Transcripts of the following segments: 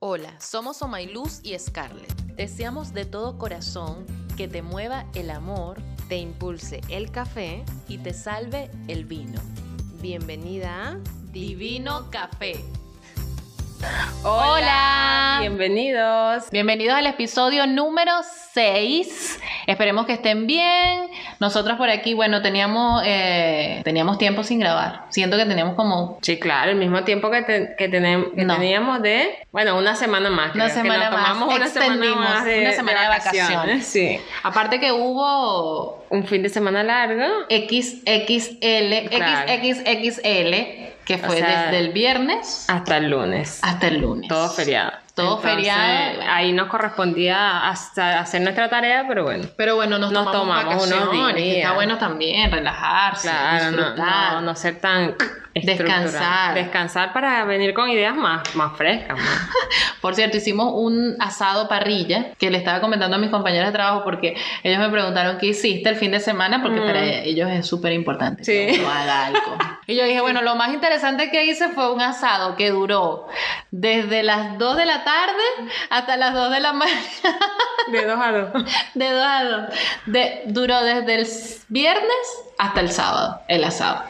Hola, somos Omailuz y Scarlett. Deseamos de todo corazón que te mueva el amor, te impulse el café y te salve el vino. Bienvenida a Divino Café. Hola. Bienvenidos. Bienvenidos al episodio número 6. Esperemos que estén bien. Nosotros por aquí, bueno, teníamos, eh, teníamos tiempo sin grabar. Siento que teníamos como Sí, claro, el mismo tiempo que, te- que, tenem- que No. teníamos de, bueno, una semana más. Una creo, que semana nos más. tomamos una semana Extendimos, más de, una semana de vacaciones. Sí. Aparte que hubo Un fin de semana largo. XXL, Claro. XXXL, que fue O sea, desde el viernes Hasta el lunes. hasta el lunes. Todo feriado. Todo Entonces, feriado. Ahí nos correspondía hasta hacer nuestra tarea, pero bueno. Pero bueno, nos, Nos tomamos, tomamos unos vacaciones, que Está días. bueno también relajarse, Claro, no, disfrutar. no, no ser tan Descansar. estructurado. Descansar para venir con ideas más, más frescas. más. Por cierto, hicimos un asado parrilla que le estaba comentando a mis compañeros de trabajo porque ellos me preguntaron qué hiciste el fin de semana porque Mm. para ellos es súper importante que Sí. uno haga algo. Y yo dije, bueno, lo más interesante que hice fue un asado que duró desde las 2 de la tarde hasta las 2 de la mañana. De dos a dos. De 2 a 2. De- duró desde el viernes hasta el sábado, el asado.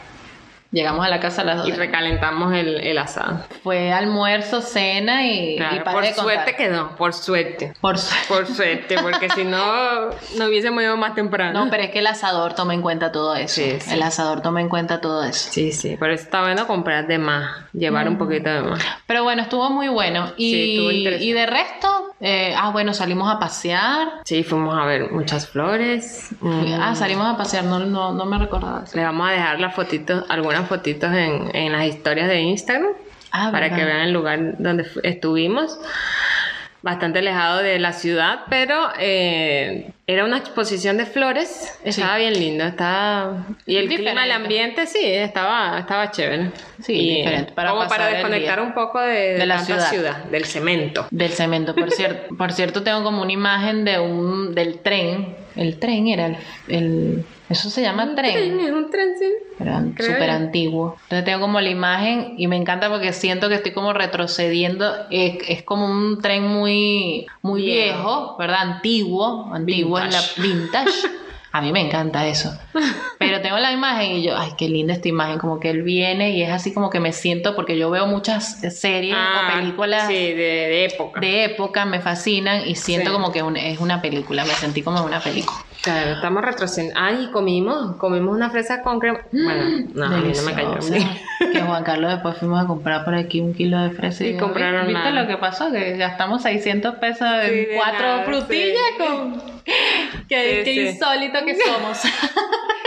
Llegamos a la casa a las 2. Y recalentamos el, el asado. Fue almuerzo, cena y, Claro, y para por de contar. suerte quedó, por suerte. Por suerte. Por suerte, porque si no, no hubiésemos ido más temprano. No, pero es que el asador toma en cuenta todo eso. Sí, sí. El asador toma en cuenta todo eso. Sí, sí, pero está bueno comprar de más, llevar un poquito de más. Pero bueno, estuvo muy bueno. Y, Sí, estuvo interesante. y de resto, eh, ah, bueno, salimos a pasear. Sí, fuimos a ver muchas flores. Mm. Ah, salimos a pasear, no, no, no me recordaba eso. Le vamos a dejar las fotitos, algunas fotitos en, en las historias de Instagram Ah, para verdad. que vean el lugar donde fu- estuvimos. Bastante alejado de la ciudad, pero eh, era una exposición de flores. Estaba bien lindo, estaba... Y el clima, el Diferente. ambiente, sí, estaba, estaba chévere. Sí, Y, diferente, para como para pasar el desconectar día. un poco de, de De la tanta ciudad. del cemento. Del cemento, por cierto. por cierto, tengo como una imagen de un, del tren. El tren era el... el- eso se llama tren. es un tren, sí. Era Creo súper yo. antiguo. Entonces tengo como la imagen y me encanta porque siento que estoy como retrocediendo. Es, es como un tren muy, muy viejo. Viejo. ¿verdad? Antiguo. Antiguo es la vintage. A mí me encanta eso. Pero tengo la imagen y yo, ay, qué linda esta imagen. Como que él viene y es así como que me siento porque yo veo muchas series o Ah, películas. Sí, de, de época. De época me fascinan y siento Sí. como que un- es una película, me sentí como en una película. Claro, estamos retrocediendo. Ay, comimos, comimos una fresa con crema. Bueno, Ah, no, a mí no me cayó. Deliciosa. Que Juan Carlos después fuimos a comprar por aquí un kilo de fresa. Y digo, compraron ¿Viste nada". lo que pasó? Que gastamos 600 pesos en Sí, de cuatro nada, frutillas sí. con... Qué, qué Sí, sí. insólito que somos.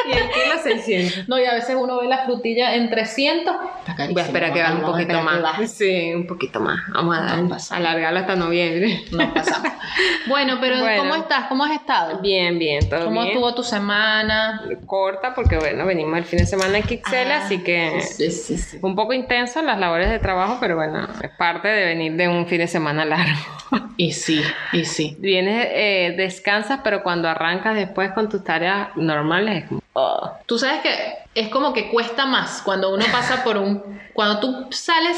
Y el kilo 600. no, y a veces uno ve la frutilla en 300. Está carísimo, Voy a esperar a que Juan haga Carlos, un vamos a poquito esperar que más. baje. Sí, un poquito más. Vamos a dar- No pasa. alargarlo hasta noviembre. Nos pasamos. Bueno, pero Bueno. ¿cómo estás? ¿Cómo has estado? Bien, bien, todo ¿Cómo bien. estuvo tu semana? Corta, porque bueno, venimos el fin de semana en Kixel, Ah, así que Sí, sí, sí. fue un poco intenso las labores de trabajo, pero bueno, es parte de venir de un fin de semana largo. Y sí, y sí. Vienes, eh, descansas, pero cuando arrancas después con tus tareas normales es como, "Oh". Tú sabes que es como que cuesta más cuando uno pasa por un... Cuando tú sales,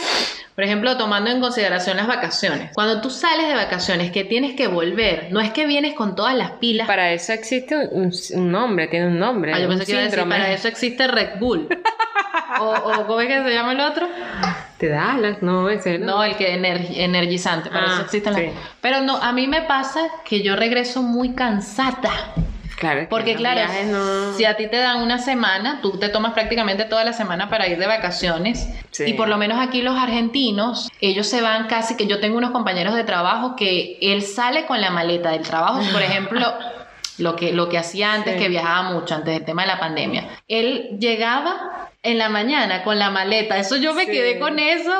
por ejemplo, tomando en consideración las vacaciones. Cuando tú sales de vacaciones que tienes que volver, no es que vienes con todas las pilas. Para eso existe un, un nombre, tiene un nombre. Ah, yo un pensé que iba a decir, síndrome. para eso existe Red Bull. o, o, ¿cómo es que se llama el otro? Te da alas, no, ese No, el que ener- energizante, para Ah, eso existen las- sí. Pero no, a mí me pasa que yo regreso muy cansada. Claro. es que Porque ¿eh? los claro, viajes no- si a ti te dan una semana, tú te tomas prácticamente toda la semana para ir de vacaciones. Sí. Y por lo menos aquí los argentinos, ellos se van casi que yo tengo unos compañeros de trabajo que él sale con la maleta del trabajo, por ejemplo, lo que lo que hacía antes Sí. que viajaba mucho antes del tema de la pandemia. Él llegaba en la mañana con la maleta, eso yo me Sí. quedé con eso.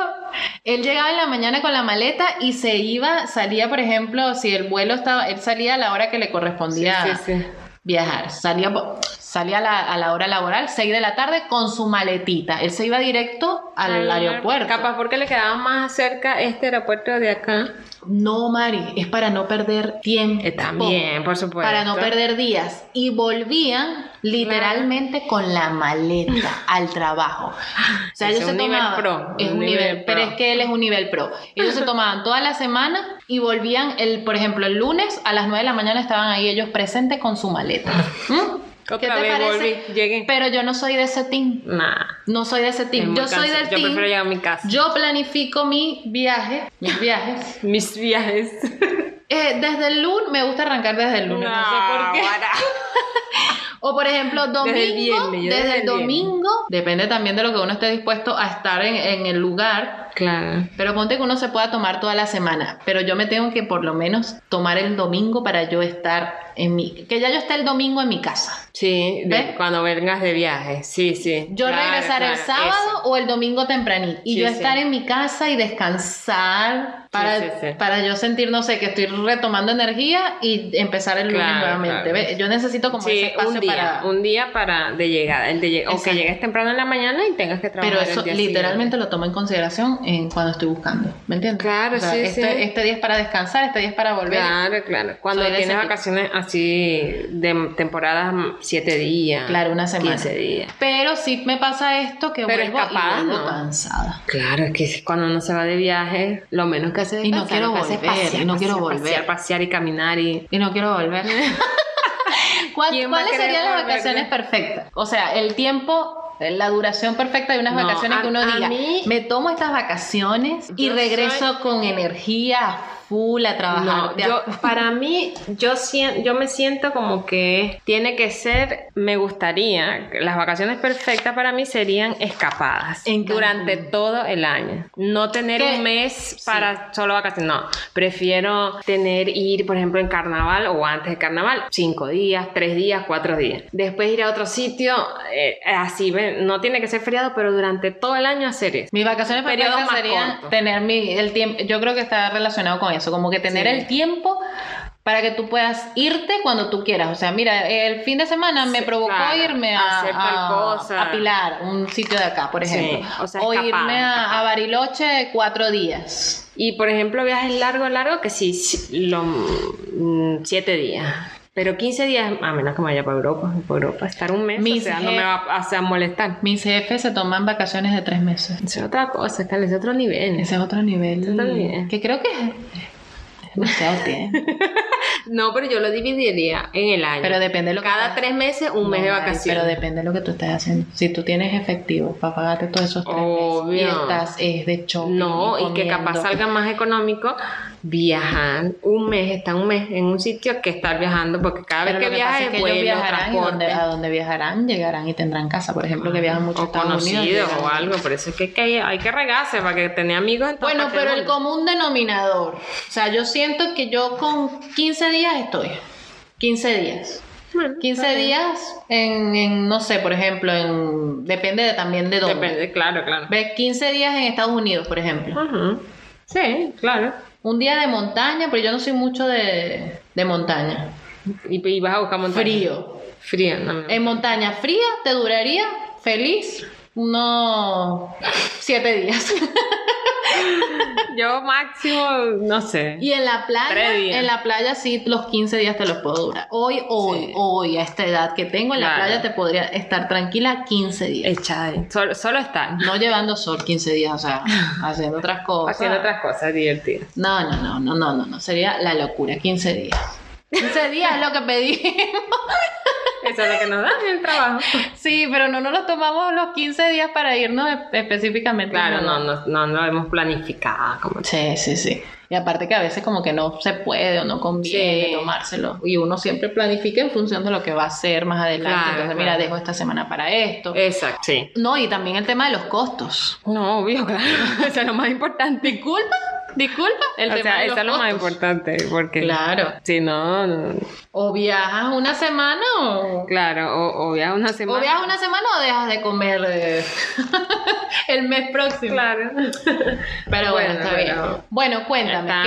Él llegaba en la mañana con la maleta y se iba, salía, por ejemplo, si el vuelo estaba, él salía a la hora que le Sí, correspondía sí, sí. viajar. Salía, po- salía a, la, a la hora laboral, 6 de la tarde, con su maletita. Él se iba directo al Ah, aeropuerto. Capaz porque le quedaba más cerca este aeropuerto de acá. No, Mari, es para no perder tiempo. Eh, también, por supuesto. Para no perder días. Y volvían literalmente con la maleta al trabajo. O sea, Es ellos se un nivel tomaban. pro, es un un nivel, nivel Pero pro. es que él es un nivel pro. Ellos se tomaban toda la semana y volvían, el, por ejemplo, el lunes a las 9 de la mañana estaban ahí ellos presentes con su maleta. ¿Mm? Otra vez volví, llegué. Pero yo no soy de ese team. Nah. No soy de ese es team. muy Yo soy cansado. del Yo team. prefiero llegar a mi casa. Yo planifico mi viaje, mis viajes. Mis viajes. Eh, desde el lunes, me gusta arrancar desde el lunes, no, sé por qué. ahora. O por ejemplo, domingo, Desde desde el el, viernes, yo desde el domingo, depende también de lo que uno esté dispuesto a estar en, en el lugar. Claro. Pero ponte que uno se pueda tomar toda la semana, pero yo me tengo que por lo menos tomar el domingo para yo estar en mi... Que ya yo esté el domingo en mi casa. Sí, de- ¿Ves? cuando vengas de viaje. Sí, sí. Yo Claro, regresar el claro, sábado eso. o el domingo tempranito y Sí, yo sí. estar en mi casa y descansar para, sí, sí. para yo sentir, no sé, que estoy retomando energía y empezar el lunes Claro, nuevamente. claro. ¿Ves? Yo necesito como ese Sí, espacio un día, para... un día para de llegada, el de lleg- o que Exacto. llegues temprano en la mañana y tengas que trabajar Pero el eso día literalmente siguiente. lo tomo en consideración en cuando estoy buscando, ¿me entiendes? Claro, sí, este, sí. este día es para descansar, este día es para volver. Claro, Claro, claro. Cuando Soy de ese tienes tipo. vacaciones así de temporadas mm, siete días. una semana. 15 días. Pero sí me pasa esto que Pero vuelvo escapada, y vuelvo ¿no? cansada. Claro, es que cuando uno se va de viaje, lo menos que hace es Y no descansar, quiero lo que hace es volver, y no quiero pasear, volver. pasear, pasear y caminar y Y no quiero volver. ¿Cuál- ¿Quién va a ¿Cuáles querer serían las volver? vacaciones perfectas? O sea, el tiempo, la duración perfecta de unas No, vacaciones a- que uno a diga, mí- me tomo estas vacaciones y Yo regreso con energía full a trabajar. No, de a- yo, para mí, yo, sien- yo me siento como que tiene que ser, me gustaría, las vacaciones perfectas para mí serían escapadas En Cancún. durante todo el año. No tener ¿Qué? un mes para solo vacaciones, no. Prefiero tener, ir, por ejemplo, en carnaval o antes de carnaval, cinco días, tres días, cuatro días. Después ir a otro sitio, eh, así, ¿ven? no tiene que ser feriado, pero durante todo el año hacer eso. Mis vacaciones Periodo perfectas más serían corto. tener mi, el tiempo. Yo creo que está relacionado con eso, como que tener Sí. el tiempo para que tú puedas irte cuando tú quieras. O sea, mira, el fin de semana me Sí, provocó claro, irme a, hacer tal a- cosa. a Pilar, un sitio de acá, por Sí, ejemplo. o sea, o escapar, irme escapar. a, a Bariloche cuatro días. Y por ejemplo, viajes largos, largos, que sí, sí, lo, mm, siete días. Pero 15 días, a menos que me vaya para Europa, por Europa, estar un mes, Mis o sea, no me jef- va a o sea, molestar. Mis jefes se toman vacaciones de tres meses. Esa Es otra cosa, Carla, es otro nivel. Ese es otro nivel. Ese es otro nivel. Que creo que es es demasiado tiempo. No, pero yo lo dividiría en el año. Pero depende de lo que Cada hagas. tres meses, un No, mes de Mari, vacaciones. Pero depende de lo que tú estés haciendo. Si tú tienes efectivo para pagarte todos esos tres Obvio. meses y estás es de shopping No, y que comiendo. capaz salga más económico viajar un mes, estar un mes en un sitio que estar viajando, porque cada Pero vez lo que que pasa viajes, es que ellos vuelo, viajarán y donde, transporte. a donde viajarán llegarán y tendrán casa. Por ejemplo, que viajan mucho a Mm, o Estados Unidos, conocido llegan- o algo, por eso es que hay que, hay que regarse para que tenga amigos en todas Bueno, partes del pero el mundo. común denominador. O sea, yo siento que yo con 15 días estoy. 15 días. Bueno, 15 días en, en, no sé, por ejemplo, en depende de- también de dónde. depende, claro, claro. Ve 15 días en Estados Unidos, por ejemplo. Ujú. Sí, claro. Un día de montaña, pero yo no soy mucho de, de montaña. Y, y vas a buscar montaña. Frío. Eh, Frío, no, no. En montaña fría te duraría feliz unos siete días. Yo máximo, no sé. y en la playa, Tres días. en la playa sí los 15 días te los puedo durar. Hoy, hoy, Sí. hoy, a esta edad que tengo en la Claro. playa te podría estar tranquila 15 días. Echada. ahí. Solo, solo estar. No llevando sol 15 días, o sea, haciendo otras cosas. Haciendo otras cosas divertidas. No, no, no, no, no, no, no. Sería la locura, 15 días. 15 días es lo que pedimos. Eso es lo que nos dan en el trabajo. Sí, pero no nos los tomamos los 15 días para irnos e- específicamente. Claro, no, no, no, no lo hemos planificado. Como... Sí, sí, sí. Y aparte que a veces como que no se puede o no conviene Sí. tomárselo. Y uno siempre planifica en función de lo que va a hacer más adelante. Claro, Entonces, mira, claro. dejo esta semana para esto. Exacto, sí. No, y también el tema de los costos. No, obvio, claro. Eso es lo más importante. Disculpa, disculpa. El o tema sea, de los eso es lo más costos. importante. Porque Claro. si no, no- O viajas una semana o... Claro, o, o viajas una semana. O viajas una semana o dejas de comer eh, el mes próximo. Claro. Pero bueno, Bueno, está pero- bien. Bueno, cuéntame. Está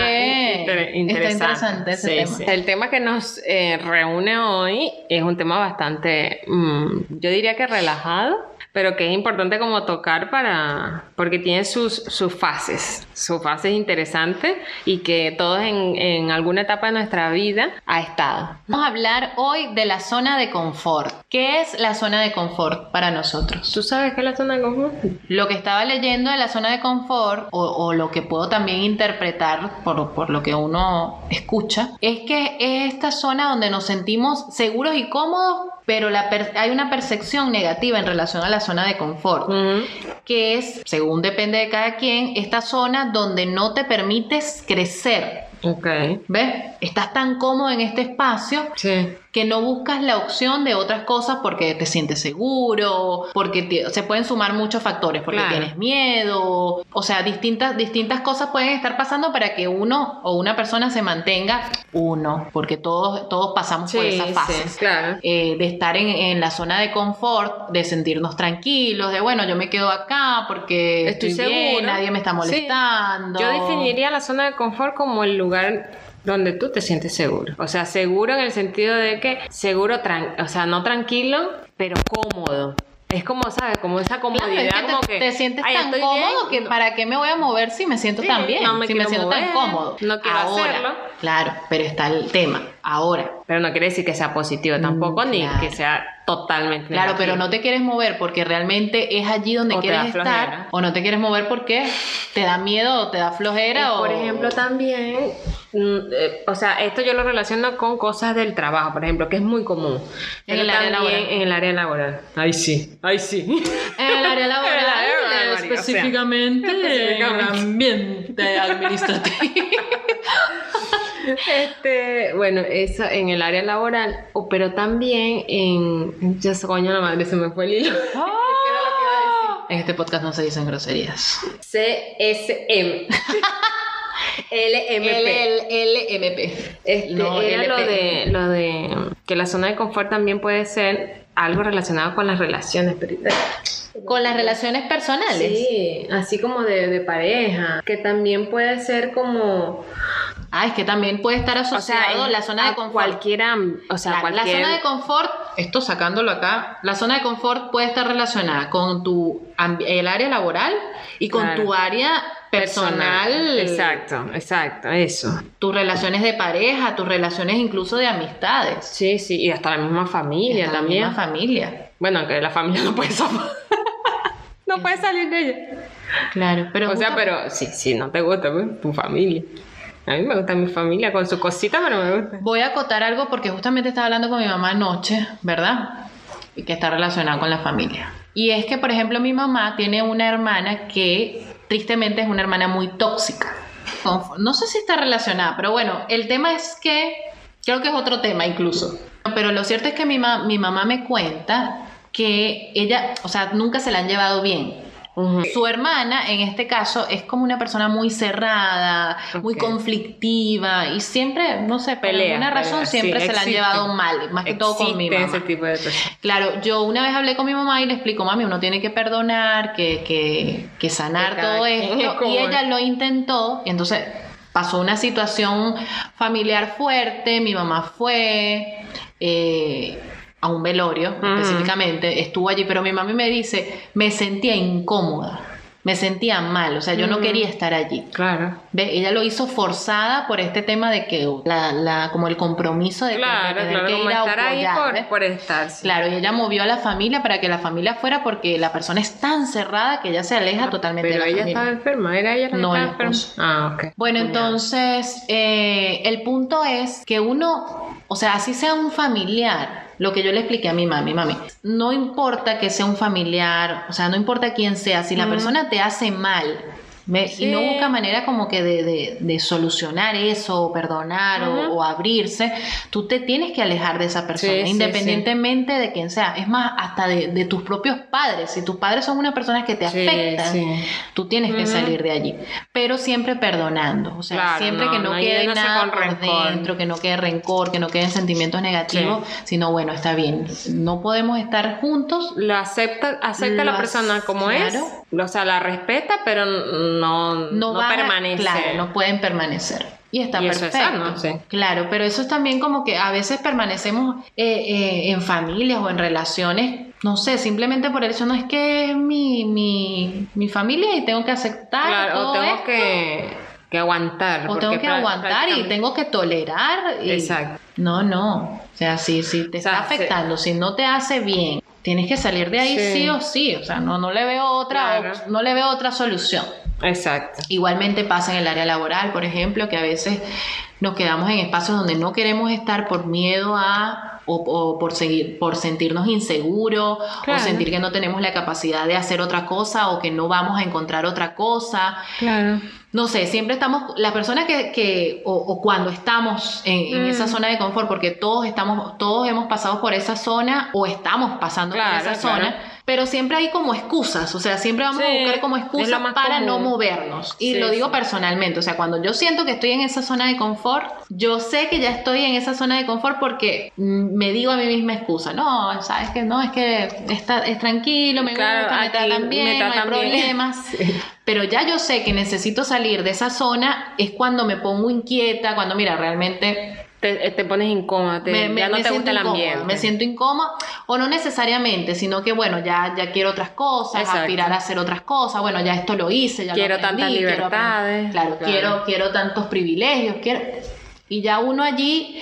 ¿qué? inter- Está interesante ese Sí, tema. sí. El tema que nos eh, reúne hoy es un tema bastante, mm, yo diría que relajado, pero que es importante como tocar para, porque tiene sus, sus fases, sus fases interesantes y que todos en, en alguna etapa de nuestra vida ha estado. Vamos a hablar hoy de la zona de confort. ¿Qué es la zona de confort para nosotros? ¿Tú sabes qué es la zona de confort? Lo que estaba leyendo de la zona de confort, o, o lo que puedo también interpretar por, por lo que uno escucha, es que es esta zona donde nos sentimos seguros y cómodos, pero la per- hay una percepción negativa en relación a la zona de confort, Ujú. que es, según depende de cada quien, esta zona donde no te permites crecer. Ok. ¿Ves? Estás tan cómodo en este espacio Sí. que no buscas la opción de otras cosas porque te sientes seguro, porque te- se pueden sumar muchos factores, porque Claro. tienes miedo, o sea, distintas, distintas cosas pueden estar pasando para que uno o una persona se mantenga uno, porque todos, todos pasamos por esas fases. claro. Eh, de estar en, en la zona de confort, de sentirnos tranquilos, de bueno, yo me quedo acá porque Estoy estoy, bien, seguro. nadie me está Sí. molestando. Yo definiría la zona de confort como el lugar donde tú te sientes seguro. O sea, seguro en el sentido de que seguro, tran- o sea, no tranquilo, pero cómodo. Es como, ¿sabes? Como esa comodidad. Claro, es que te, como que, te sientes "Ay, tan estoy cómodo bien". que para qué me voy a mover si me siento Sí, tan bien, no me si me quiero siento tan mover, cómodo. no quiero Ahora, hacerlo. Claro, pero está el tema. Ahora, Pero no quiere decir que sea positivo tampoco, Mm, claro. ni que sea totalmente Claro, pero no negativo. te quieres mover porque realmente es allí donde O te quieres da estar. flojera. O no te quieres mover porque te da miedo o te da flojera. Y, Por o- ejemplo, también, mm, eh, o sea, esto yo lo relaciono con cosas del trabajo, por ejemplo, que es muy común. En Pero el área también laboral. En el área laboral. Ahí sí, ahí sí. En el área laboral, En el área laboral, eh, o sea, específicamente, específicamente. ambiente administrativo. Este, bueno, eso en el área laboral, o- pero también en. Ya se coño la madre, se me fue el hilo. en este podcast no se dicen groserías. CSM. LMP. LLMP. Este, No, era lo LP. de, lo de que la zona de confort también puede ser algo relacionado con las relaciones. pero- Con las relaciones personales. Sí, así como de, de pareja, que también puede ser como, Ah, es que también puede estar o sea, asociado en- la zona de a confort. cualquiera, o sea, la, la cualquier, zona de confort, esto sacándolo acá, la zona de confort puede estar relacionada con tu ambi- el área laboral y con Claro. tu área personal, Exacto, exacto, eso. tus relaciones de pareja, tus relaciones incluso de amistades, Sí, sí, y hasta la misma familia hasta la también. misma familia. bueno, aunque la familia no puede zafar. no puede salir de ella. Claro, pero o sea, justo- pero sí, sí, no te gusta pues, tu familia. A mí me gusta mi familia con su cosita, pero me gusta. Voy a acotar algo porque justamente estaba hablando con mi mamá anoche, ¿verdad? Y que está relacionado con la familia. Y es que, por ejemplo, mi mamá tiene una hermana que tristemente es una hermana muy tóxica. Con- No sé si está relacionada, pero bueno, el tema es que creo que es otro tema incluso. Pero lo cierto es que mi, ma- mi mamá me cuenta que ella, o sea, nunca se la han llevado bien. Ujú. Su hermana, en este caso, es como una persona muy cerrada, muy Ok. conflictiva y siempre, no sé, por Pelea, alguna razón pelea, sí, siempre se la han existe. llevado mal, más que todo con mi Existe mamá. ese tipo de cosas. Claro, yo una vez hablé con mi mamá y le explico, mami, uno tiene que perdonar, que, que, que sanar Que cada todo quien es esto. como Y es. ella lo intentó, y entonces pasó una situación familiar fuerte, mi mamá fue eh, a un velorio Mm. específicamente, estuvo allí, pero mi mami me dice, me sentía incómoda, me sentía mal, o sea, Mm. yo no quería estar allí. Claro. ¿Ves? Ella lo hizo forzada por este tema de que la, la- como el compromiso de que- de Claro, tener claro, que como ir a estar ahí apoyar, ¿ves? por, por estar. sí. Claro, y ella movió a la familia para que la familia fuera porque la persona es tan cerrada que ella se aleja totalmente Ah, Pero de la ella familia. estaba enferma, era ella la que No, estaba el enferma. esposo. Ah, ok. Bueno, Genial. entonces eh, el punto es que uno, o sea, así sea un familiar, lo que yo le expliqué a mi mami, mami, no importa que sea un familiar, o sea, no importa quién sea, si la persona te hace mal. ¿ve? Y no Sí. busca manera como que de, de- de solucionar eso, o perdonar o- Ujú. o, abrirse. Tú te tienes que alejar de esa persona, Sí, sí, independientemente de quién sea. Es más, hasta de, de tus propios padres. Si tus padres son unas personas que te Sí, afectan, sí. Tú tienes que Ujú. salir de allí, pero siempre perdonando, o sea, Claro, siempre no, que no, no quede llenarse nada con por rencor. dentro, que no quede rencor, que no queden sentimientos negativos, sino bueno, está bien, no podemos estar juntos, Lo acepta, acepta a Lo la persona como claro. es, o sea, la respeta, pero no, no, no van a- permanece. claro, no pueden permanecer. Y está Y eso es perfecto. sano, sí. Claro, pero eso es también como que a veces permanecemos eh, eh, en familias o en relaciones no sé, simplemente por el hecho, no es que es mi, mi, mi familia y tengo que aceptar Claro, o todo tengo esto, que, que aguantar. o porque tengo que pra- aguantar y prácticamente- tengo que tolerar. y- Exacto. No, no. O sea, si, si te O sea, está se- afectando, si no te hace bien, tienes que salir de ahí Sí. sí, o sí. O sea, no, no le veo otra, Claro. op- no le veo otra solución. Exacto. Igualmente pasa en el área laboral, por ejemplo, que a veces nos quedamos en espacios donde no queremos estar por miedo a o, o por seguir por sentirnos inseguros Claro. o sentir que no tenemos la capacidad de hacer otra cosa o que no vamos a encontrar otra cosa. Claro. No sé, siempre estamos, las personas que, que o, o cuando estamos en, en Mm. esa zona de confort, porque todos estamos, todos hemos pasado por esa zona o estamos pasando Claro, por esa claro. zona, pero siempre hay como excusas, o sea, siempre vamos Sí, a buscar como es lo excusas más para común. no movernos. Y Sí, lo digo sí. personalmente, o sea, cuando yo siento que estoy en esa zona de confort, yo sé que ya estoy en esa zona de confort porque mm, me digo a mí misma excusa, no, sabes que no, es que está, es tranquilo, me Claro, gusta, me aquí tratan me bien, no hay tratan bien. problemas. Pero ya yo sé que necesito salir de esa zona, es cuando me pongo inquieta, cuando mira, realmente Te, eh, te pones incómoda, te- me, me- ya no me te siento gusta el incómoda, ambiente. me siento incómoda, o no necesariamente, sino que bueno, ya, ya quiero otras cosas, Exacto. aspirar a hacer otras cosas, bueno, ya esto lo hice, ya Quiero lo aprendí, tantas quiero libertades, aprend- claro, claro. Quiero, quiero tantos privilegios, quiero... Y ya uno allí,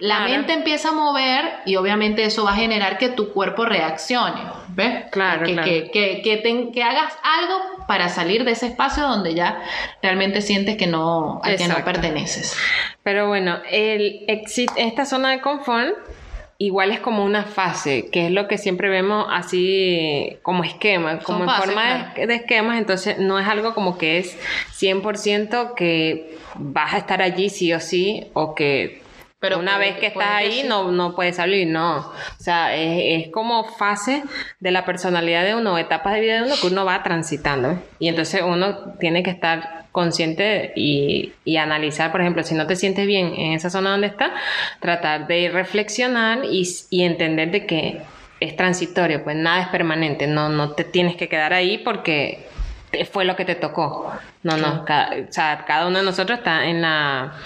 la Claro. mente empieza a mover y obviamente eso va a generar que tu cuerpo reaccione, ¿ves? Claro, que, claro. que- que- que ten- que hagas algo para salir de ese espacio donde ya realmente sientes que no, al que no Exacto. perteneces. Pero bueno, el exit, esta zona de confort igual es como una fase, que es lo que siempre vemos así como esquema, como en fases, forma de- de, esquemas, entonces no es algo como que es 100% que vas a estar allí sí o sí, o que Pero una puede- vez que estás puede que ahí sí. no, no puedes salir, no. O sea, es, es como fase de la personalidad de uno, etapas de vida de uno que uno va transitando. Y entonces uno tiene que estar consciente y, y analizar, por ejemplo, si no te sientes bien en esa zona donde estás, tratar de reflexionar y, s- y entender de que es transitorio, pues nada es permanente, no, no te tienes que quedar ahí porque te- fue lo que te tocó. No, no, cada, o sea, cada uno de nosotros está en la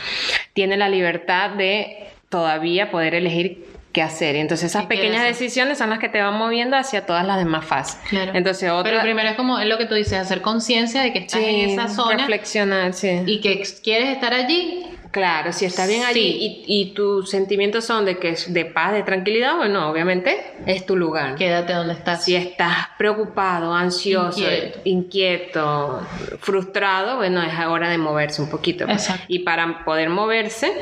tiene la libertad de todavía poder elegir qué hacer. Y entonces esas ¿Qué quiere pequeñas hacer? decisiones son las que te van moviendo hacia todas las demás fases. Claro. Entonces Pero otra primero es como es lo que tú dices, hacer conciencia de que estás Sí, en esa zona reflexionar, sí. y que ex- quieres estar allí. Claro, si está bien allí Sí. y, y tus sentimientos son de que es de paz, de tranquilidad, bueno, obviamente es tu lugar. Quédate donde estás. Si estás preocupado, ansioso, Inquieto. inquieto. frustrado, bueno, es hora de moverse un poquito. pues. Exacto. Y para poder moverse,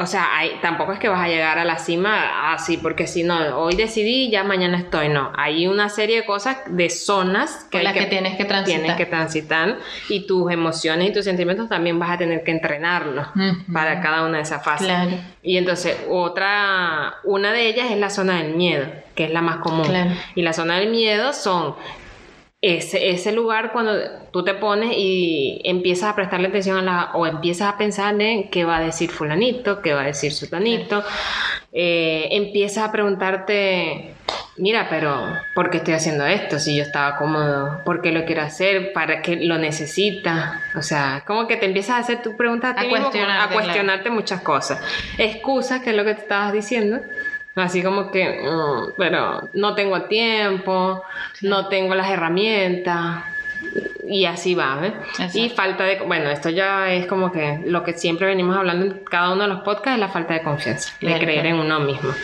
o sea, hay- tampoco es que vas a llegar a la cima así, porque si no, hoy decidí ya mañana estoy, no. Hay una serie de cosas, de zonas Por hay las que tienes que transitar. tienes que transitar y tus emociones y tus sentimientos también vas a tener que entrenarlos Ujú. para cada una de esas fases. Claro. Y entonces otra, una de ellas es la zona del miedo, que es la más común. Claro. Y la zona del miedo son ese, ese lugar cuando tú te pones y empiezas a prestarle atención a la, o empiezas a pensar en qué va a decir fulanito, qué va a decir sutanito, Eh, empiezas a preguntarte, mira, pero ¿por qué estoy haciendo esto si yo estaba cómodo? ¿Por qué lo quiero hacer? ¿Para qué lo necesita? O sea, como que te empiezas a hacer tu pregunta a, ti A mismo, como- cuestionarte, a claro. cuestionarte muchas cosas. Excusas, que es lo que te estabas diciendo. Así como que, mm, pero no tengo tiempo, no tengo las herramientas. Y así va, ¿ves? Exacto. Y falta de... Bueno, esto ya es como que lo que siempre venimos hablando en cada uno de los podcasts es la falta de confianza, Claro, de creer claro. en uno mismo.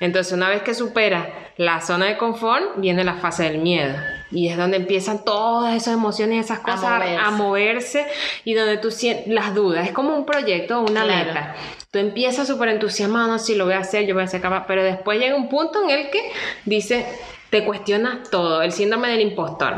Entonces, una vez que superas la zona de confort, viene la fase del miedo. Y es donde empiezan todas esas emociones y esas cosas a moverse. a moverse y donde tú sien- las dudas. Es como un proyecto, una Claro. meta. Tú empiezas súper entusiasmado, no, si lo voy a hacer, yo voy a ser capaz. Pero después llega un punto en el que dice, te cuestionas todo, el síndrome del impostor.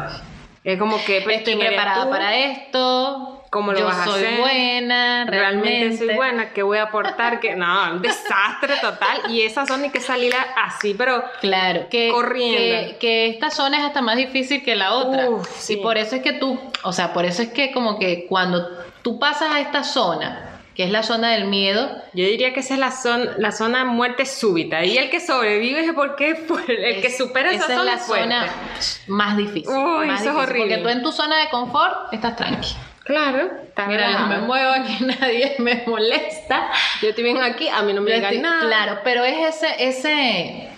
Es como que pero Estoy ¿quién eres preparada tú? para esto. ¿Cómo lo Yo vas a soy hacer? buena, realmente. Realmente soy buena, ¿qué voy a aportar? que No, un desastre total. Y esas son y que salir a- así, pero Claro, que, Corriendo. que, que esta zona es hasta más difícil que la otra. Uf, sí. Y por eso es que tú, o sea, por eso es que como que cuando tú pasas a esta zona, que es la zona del miedo, yo diría que esa es la, zon- la zona muerte súbita. Y el que sobrevive es porque fue el que Es- supera esa, es zona la es fuerte. zona más difícil. Uy, más eso es difícil, horrible. Porque tú en tu zona de confort estás tranqui. Claro, está Mira, yo me relajada. muevo aquí, nadie me molesta. Yo estoy bien aquí, a mí no me Yo digan estoy- nada. Claro, pero es ese, ese,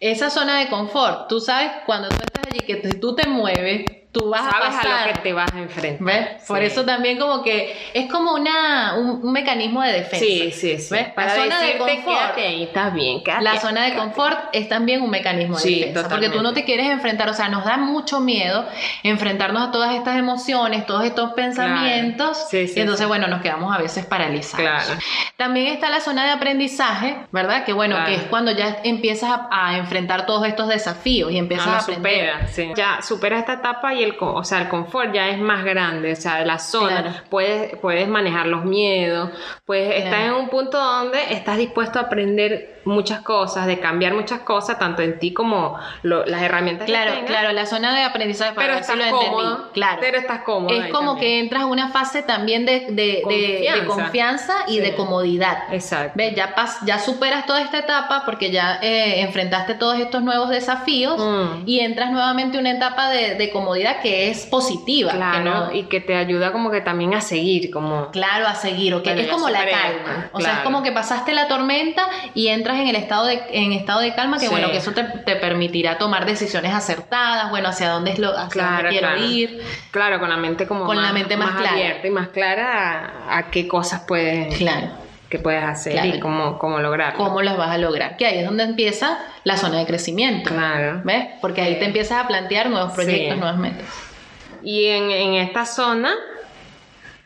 esa zona de confort, tú sabes cuando tú estás allí que te- tú te mueves, tú vas a Sabes pasar. a lo que te vas a enfrentar. ¿Ves? Por Sí. eso también como que es como una, un, un mecanismo de defensa. Sí, sí, sí. ¿Ves? La Para zona de decirte, confort. quédate ahí, estás bien, quédate. La zona de confort es también un mecanismo de Ah, Sí, defensa, porque tú no totalmente. te quieres enfrentar, o sea, nos da mucho miedo enfrentarnos a todas estas emociones, todos estos pensamientos, Sí, sí, y entonces, sí. bueno, nos quedamos a veces paralizados. Claro. También está la zona de aprendizaje, ¿verdad? Que bueno, Claro. que es cuando ya empiezas a, a enfrentar todos estos desafíos y empiezas Ah, a lo aprender. supera, sí. Ya supera esta etapa y el, co- o sea, el confort ya es más grande, o sea, la zona, Claro. puedes, puedes manejar los miedos, pues estás en Claro. un punto donde estás dispuesto a aprender muchas cosas, de cambiar muchas cosas, tanto en ti como lo- las herramientas Claro, que tengas, claro, la zona de aprendizaje para pero ver si estás lo entendí. cómodo, Claro. pero estás cómodo. es como que entras a una fase también de, de- de- de Confianza. confianza y Sí. de comodidad. Exacto. Ve, ya, pas- ya superas toda esta etapa porque ya eh, enfrentaste todos estos nuevos desafíos Mm. y entras nuevamente a una etapa de, de comodidad que es positiva. que Claro, no- y que te ayuda como que también a seguir, como... claro, a seguir, ¿ok? Bueno, es ya como la superé calma. esto, O sea, es claro. como que pasaste la tormenta y entras en el estado de, en estado de calma, que Sí. bueno, que eso te, te permitirá tomar decisiones acertadas, bueno, hacia dónde es lo, hacia Claro, dónde quiero claro. ir. Claro, con la mente como Con la mente más clara. abierta y más clara a, a qué cosas puedes, Claro. que puedes hacer Claro. y cómo, cómo lograrlo. cómo las vas a lograr. Que ahí es donde empieza la zona de crecimiento. Claro. ¿Ves? Porque ahí te empiezas a plantear nuevos proyectos, Sí. nuevas metas. Y en, en esta zona,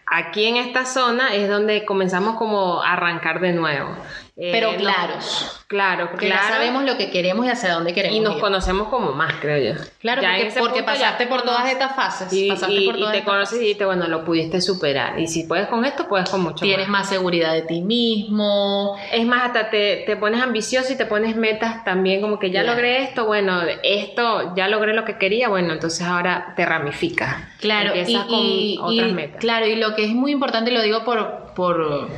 aquí en esta zona es donde comenzamos como a arrancar de nuevo. Eh, Pero nos- claros. claro, Porque claro. ya sabemos lo que queremos y hacia dónde queremos y nos ir. conocemos como más, creo yo. Claro, Ya en porque, ese porque punto ya pasaste te por todas conoces. estas fases. Y, pasaste y- por y todas te estas conoces y fases. dijiste, bueno, lo pudiste superar. Y si puedes con esto, puedes con mucho Tienes más. más seguridad de ti mismo. Es más, hasta te, te pones ambicioso y te pones metas también, como que ya Claro. logré esto, bueno, esto, ya logré lo que quería, bueno, entonces ahora te ramificas. Claro, y, Empiezas con y- otras y- metas. claro, y lo que es muy importante, y lo digo por, por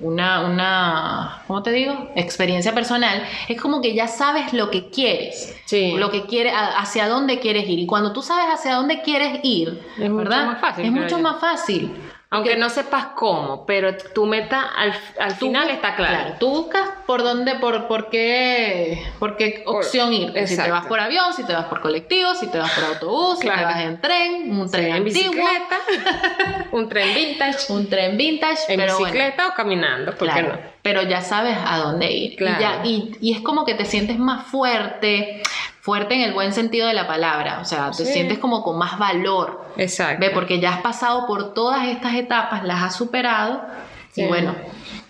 una, una, ¿cómo te digo? Experiencia personal, es como que ya sabes lo que quieres, Sí. lo que quieres, a- hacia dónde quieres ir. Y cuando tú sabes hacia dónde quieres ir, Es mucho ¿verdad? más fácil, Es creo mucho yo. más fácil. Aunque no sepas cómo, pero tu meta al, al Tú- final está clara. Tú buscas por dónde, por, por qué, por qué Por- opción ir. Si te exacto. vas por avión, si te vas por colectivo, si te vas por autobús, si te Claro. vas en tren, un tren en antiguo, bicicleta, un tren vintage, un tren vintage, en pero bueno. bicicleta o caminando, ¿por Claro, qué no? pero ya sabes a dónde ir. Claro. Y, ya- y- y es como que te sientes más fuerte, fuerte en el buen sentido de la palabra, o sea, te Sí. sientes como con más valor, Exacto. ¿ve? Porque ya has pasado por todas estas etapas, las has superado y Sí. bueno,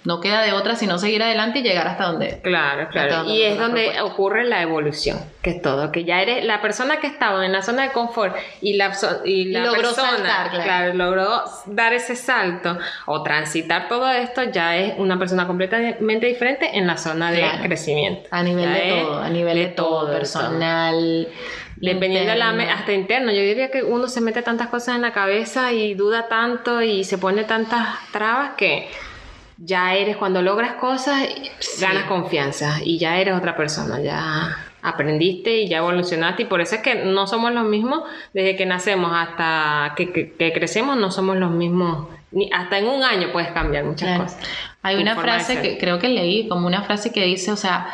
no queda de otra sino seguir adelante y llegar hasta donde... Claro, Está claro. dando Y es otra donde propuesta. ocurre la evolución, que es todo, que ya eres la persona que estaba en la zona de confort y la, so- y la Logró persona, saltar, claro. logró dar ese salto o transitar todo esto, ya es una persona completamente diferente en la zona de Claro. crecimiento. A nivel Ya de es todo, a nivel de todo, de personal. Dependiendo de la me- interno. hasta interno, yo diría que uno se mete tantas cosas en la cabeza y duda tanto y se pone tantas trabas que ya eres cuando logras cosas ganas confianza y ya eres otra persona, ya aprendiste y ya evolucionaste y por eso es que no somos los mismos desde que nacemos hasta que, que- que crecemos no somos los mismos ni hasta en un año puedes cambiar muchas Claro. cosas. Hay Tu una forma de frase ser. que creo que leí, como una frase que dice, o sea,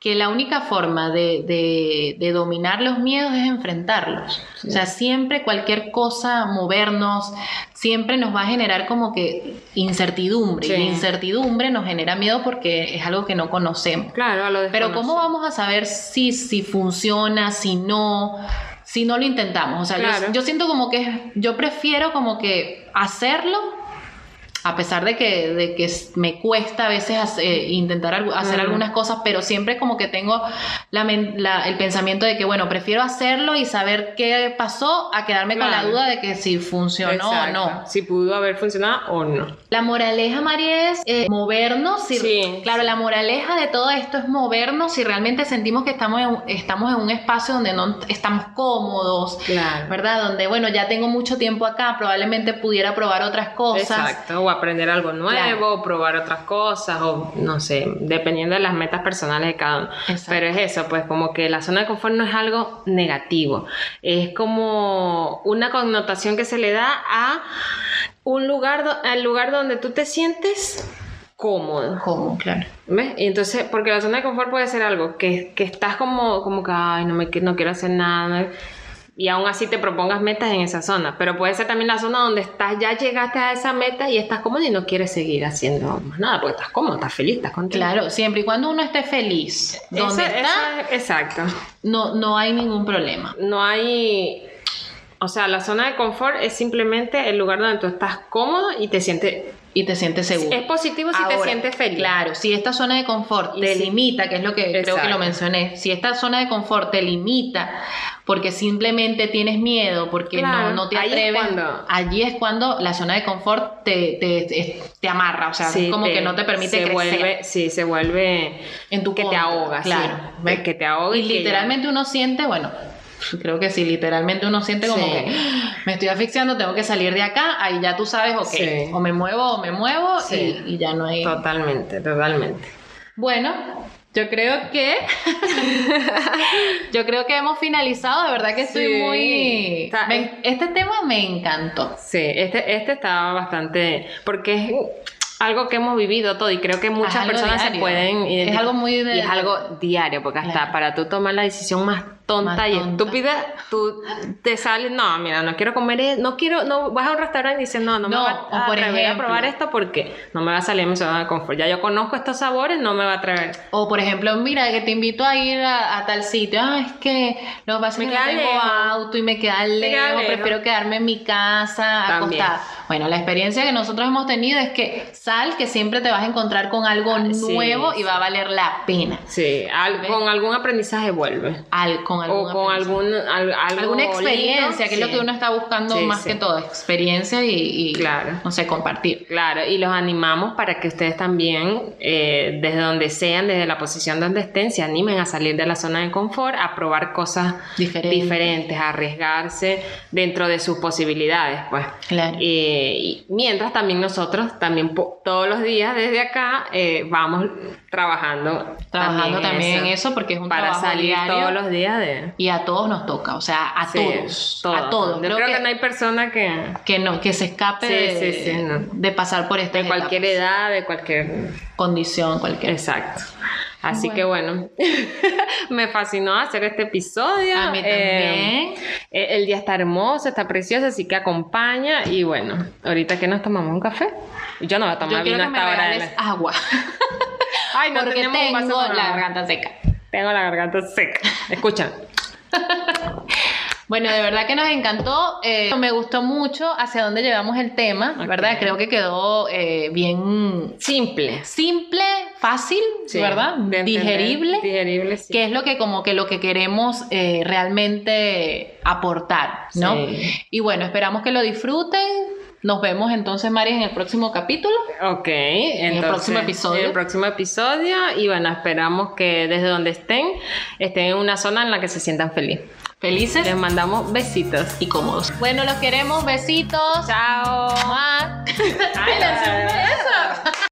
que la única forma de, de- de dominar los miedos es enfrentarlos. O sea, siempre cualquier cosa, movernos, siempre nos va a generar como que incertidumbre. Sí. Y la incertidumbre nos genera miedo porque es algo que no conocemos. Claro, a lo Pero ¿cómo desconocido. vamos a saber si, si funciona, si no, si no lo intentamos? O sea, yo- Claro. yo, siento como que yo prefiero como que hacerlo, a pesar de que, de que s- me cuesta a veces hace- eh, intentar algu- hacer Ujú. algunas cosas, pero siempre como que tengo la men- la- el pensamiento de que, bueno, prefiero hacerlo y saber qué pasó a quedarme con la Claro. duda de que si funcionó Exacto. o no. Si pudo haber funcionado o no. La moraleja, María, es eh, movernos. Si, Sí, claro, sí. la moraleja de todo esto es movernos si realmente sentimos que estamos en, un- estamos en un espacio donde no estamos cómodos, Claro. ¿verdad? Donde, bueno, ya tengo mucho tiempo acá, probablemente pudiera probar otras cosas. Exacto, o aprender algo nuevo, Claro. o probar otras cosas, o no sé, dependiendo de las metas personales de cada uno. Exacto. Pero es eso, pues como que la zona de confort no es algo negativo, es como una connotación que se le da a un lugar, do- al lugar donde tú te sientes cómodo. ¿Cómo? Claro. ¿Ves? Y entonces, porque la zona de confort puede ser algo que, que estás como, como que, ay, no, me, qui- no quiero hacer nada. Y aún así te propongas metas en esa zona. Pero puede ser también la zona donde estás, ya llegaste a esa meta y estás cómodo y no quieres seguir haciendo más nada, porque estás cómodo, estás feliz, estás contento. Claro, siempre y cuando uno esté feliz, donde Esa- está, esa- exacto. no, no hay ningún problema. No hay. O sea, la zona de confort es simplemente el lugar donde tú estás cómodo y te sientes. Y te sientes seguro. Es positivo si te Ahora, sientes feliz. Claro, si esta zona de confort Y te si- limita, que es lo que creo que Exacto. lo mencioné, si esta zona de confort te limita porque simplemente tienes miedo, porque Claro, no, no te ahí es atreves, cuando- allí es cuando la zona de confort te, te, es- te amarra, o sea, Sí, es como te- que no te permite se crecer Vuelve, sí, se vuelve. en tu que te contra, ahoga, sí. ¿ves? Que te ahoga Y, y que ya- literalmente uno siente, bueno, creo que sí, literalmente uno siente como Sí. que "Ah, me estoy asfixiando, tengo que salir de acá, ahí ya tú sabes, ok, Sí. o me muevo o me muevo Sí. y, y ya no hay... Totalmente, totalmente. Bueno, yo creo que. yo creo que hemos finalizado. De verdad que estoy Sí. muy. Está- me- este tema me encantó. Sí, este, este estaba bastante. Porque es algo que hemos vivido todo y creo que Es muchas algo personas se diario. pueden. Es identificar. algo muy. de- Y es algo diario, porque hasta Claro. para tú tomar la decisión más tonta Más y tonta. estúpida, tú te sales, no, mira, no quiero comer, e- no quiero, no vas a un restaurante y dices, no, no, me No, voy o a por atrever ejemplo. a probar esto porque no me va a salir mi zona de confort. Ya yo conozco estos sabores, no me va a atrever. O por ejemplo, mira, que te invito a ir a, a tal sitio. Ah, es que lo que pasa es Me que no queda tengo lejos. auto y me queda lejos. lejos. Prefiero quedarme en mi casa, También. acostada. Bueno, la experiencia que nosotros hemos tenido es que sal, que siempre te vas a encontrar con algo sí, nuevo y sí. va a valer la pena. Sí, al- ¿Ves? con algún aprendizaje vuelve. Al, con O algún con aprendizaje. algún, al- algo alguna experiencia, lindo, que es lo sí. que uno está buscando Sí, más sí. que todo, experiencia y, y, Claro. no sé, compartir. Claro, y los animamos para que ustedes también, eh, desde donde sean, desde la posición donde estén, se animen a salir de la zona de confort, a probar cosas Diferente. diferentes, a arriesgarse dentro de sus posibilidades, pues. Claro. Eh, y mientras también nosotros, también po- todos los días desde acá, eh, vamos trabajando. Trabajando también en eso porque es un para trabajo salir diario. todos los días de... Y a todos nos toca, o sea, a Sí, todos, a todos. Yo creo, que, no hay persona que... que no, que se escape Sí, de, sí, sí, no. de pasar por esta De cualquier edad, de cualquier... condición, cualquier. Exacto. Así que bueno, me fascinó hacer este episodio. A mí Eh, también. eh, el día está hermoso, está precioso, así que acompaña. Y bueno, ahorita que nos tomamos un café. Yo no voy a Yo tomar quiero que vino me hasta ahora. de regales agua. la- Ay, no porque tenemos un vaso tengo para- la garganta seca. Tengo la garganta seca. Escucha. Bueno, de verdad que nos encantó, eh, me gustó mucho hacia dónde llevamos el tema, Ok. ¿verdad? Creo que quedó eh, bien Simple. simple, fácil, Sí, ¿verdad? de entender. Digerible, Digerible, sí. que es lo que como que lo que queremos eh, realmente aportar, ¿no? Sí. Y bueno, esperamos que lo disfruten. Nos vemos entonces, María, en el próximo capítulo. Ok, el entonces, próximo episodio. en el próximo episodio y bueno, esperamos que desde donde estén estén en una zona en la que se sientan feliz. Felices Les mandamos besitos. y cómodos. Bueno, los queremos. Besitos. Chao. Mua. Ay, lancé un beso.